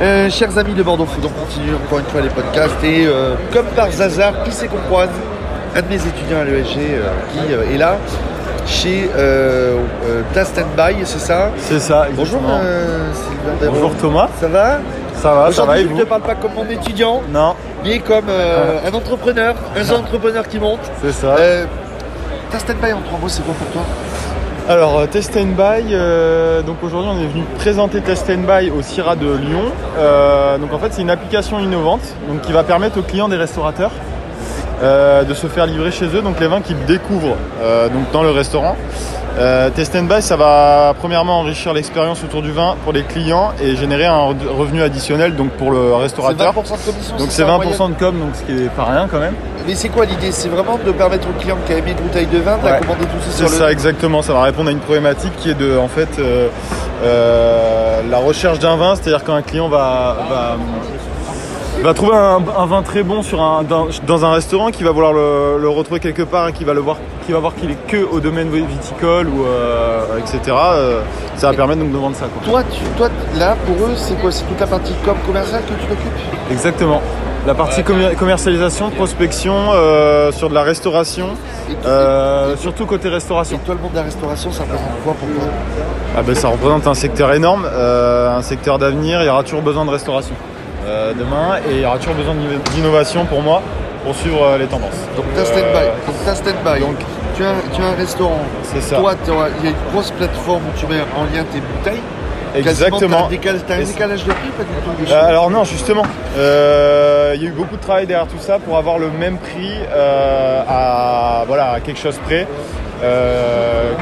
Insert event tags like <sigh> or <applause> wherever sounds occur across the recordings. Euh, chers amis de Bordeaux Food, on continue encore une fois les podcasts et euh, comme par hasard, qui c'est qu'on croise Un de mes étudiants à l'ESG euh, qui euh, est là chez euh, euh, Taste and Buy, c'est ça C'est ça, Bonjour exactement. euh, Sylvain Béraud. Bonjour Thomas. Ça va Ça va, ça va Aujourd'hui, et je ne vous Ah. te parle pas comme mon étudiant, Non, mais comme euh, un entrepreneur, Ah. un entrepreneur qui monte. c'est ça. Euh, Taste and Buy en trois mots, c'est quoi pour toi Alors, euh, Test and Buy, euh, donc aujourd'hui on est venu présenter Test and Buy au CIRA de Lyon. Euh, donc en fait, c'est une application innovante donc, qui va permettre aux clients des restaurateurs euh, de se faire livrer chez eux donc les vins qu'ils découvrent euh, donc, dans le restaurant. Euh, Test and Buy, ça va premièrement enrichir l'expérience autour du vin pour les clients et générer un re- revenu additionnel donc pour le restaurateur. C'est 20% de commission. Donc ça, c'est en moyenne 20% de com, donc ce qui est pas rien quand même. Mais c'est quoi l'idée C'est vraiment de permettre au client qui a aimé une bouteille de vin de la Ouais. commander tout ça C'est sur le. ça exactement, ça va répondre à une problématique qui est de en fait euh, euh, la recherche d'un vin, c'est-à-dire quand un client va, va, va trouver un, un vin très bon sur un, dans, dans un restaurant, qui va vouloir le, le retrouver quelque part et qui va le voir, qui va voir qu'il est que au domaine viticole ou euh, etc. euh, ça va permettre donc de vendre ça. Quoi. Toi, tu, toi, là, pour eux, c'est quoi C'est toute la partie com commerciale que tu t'occupes Exactement. La partie commer- commercialisation, prospection, euh, sur de la restauration, et, toi- euh, surtout côté restauration. et toi, le monde de la restauration, ça représente quoi pour toi Ah ben, ça représente un secteur énorme, euh, un secteur d'avenir, il y aura toujours besoin de restauration euh, demain et il y aura toujours besoin d'in- d'innovation pour moi pour suivre euh, les tendances. Donc, t'as Euh, stand-by. Donc, t'as stand-by. Donc, tu as, tu as un restaurant. C'est ça. Toi, t'as- il y a une grosse plateforme où tu mets en lien tes bouteilles. Quasiment, T'as un Exactement. décalage, t'as un Et- décalage de prix, pas du tout. des Euh, choses alors non, justement, euh, il y a eu beaucoup de travail derrière tout ça pour avoir le même prix euh, à, voilà, à quelque chose près euh,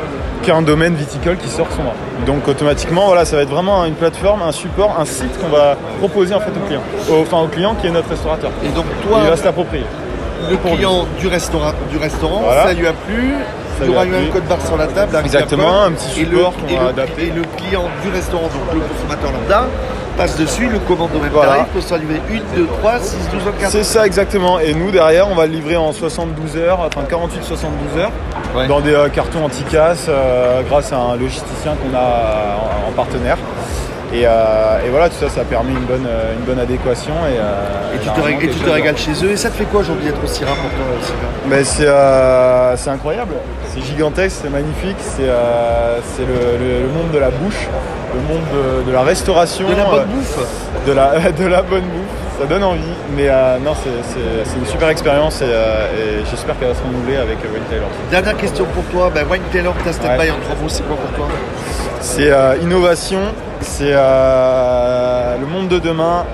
qu'un domaine viticole qui sort son vin. Donc automatiquement, voilà, ça va être vraiment une plateforme, un support, un site qu'on va proposer en fait au client, au- enfin au client qui est notre restaurateur. Et donc, Il toi, va se l'approprier. le client du, restaurant, du restaurant, Voilà. ça lui a plu. Ça il y aura lui eu a un plu. code barre sur la table. un Exactement, QR code, un petit et le- support qu'on et va le- adapter. Et le client du restaurant, donc le consommateur lambda, passe dessus, le commande au même Voilà. tarif, peut se faire livrer 1, 2, 3, 6, 12, 24. C'est ça exactement. Et nous derrière, on va le livrer en 72 heures, enfin 48-72 heures, Ouais. dans des euh, cartons anti-casse, euh, grâce à un logisticien qu'on a euh, en, en partenaire. Et, euh, et voilà, tout ça, ça a permis une bonne, euh, une bonne adéquation. Et, euh, Et tu, te, vraiment ré- et quelque tu te chose- régales chez eux. Et ça te fait quoi aujourd'hui d'être aussi rare pour toi aussi Mais c'est euh, c'est incroyable, c'est gigantesque, c'est magnifique, c'est euh, c'est le, le- le monde de la bouche, le monde de, de la restauration. De la bonne euh, bouffe de la, <laughs> de la bonne bouffe, ça donne envie. Mais euh, non, c'est- c'est c'est une super expérience et, euh, et j'espère qu'elle va se renouveler avec euh, Wayne Taylor. Dernière question pour toi, ben, Wayne Taylor, ta stand-by Ouais. en trois mots, c'est quoi pour toi C'est euh, innovation, c'est euh, le monde de demain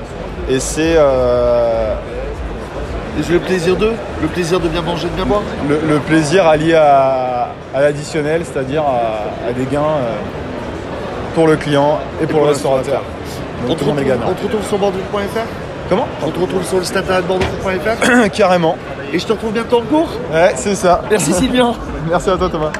et c'est euh, Et Le plaisir d'eux Le plaisir de bien manger, de bien boire le, le plaisir allié à, à l'additionnel, c'est-à-dire à, à des gains euh, pour le client et, pour, pour le le restaurateur. on Donc te, tout le monde est retrouve, gagnant. on te retrouve sur bordeaux.fr Comment On te retrouve sur le stand-by de bordeaux.fr <coughs> Carrément. Et je te retrouve bientôt en cours Ouais, c'est ça. Merci Sylvain <laughs> Merci à toi Thomas.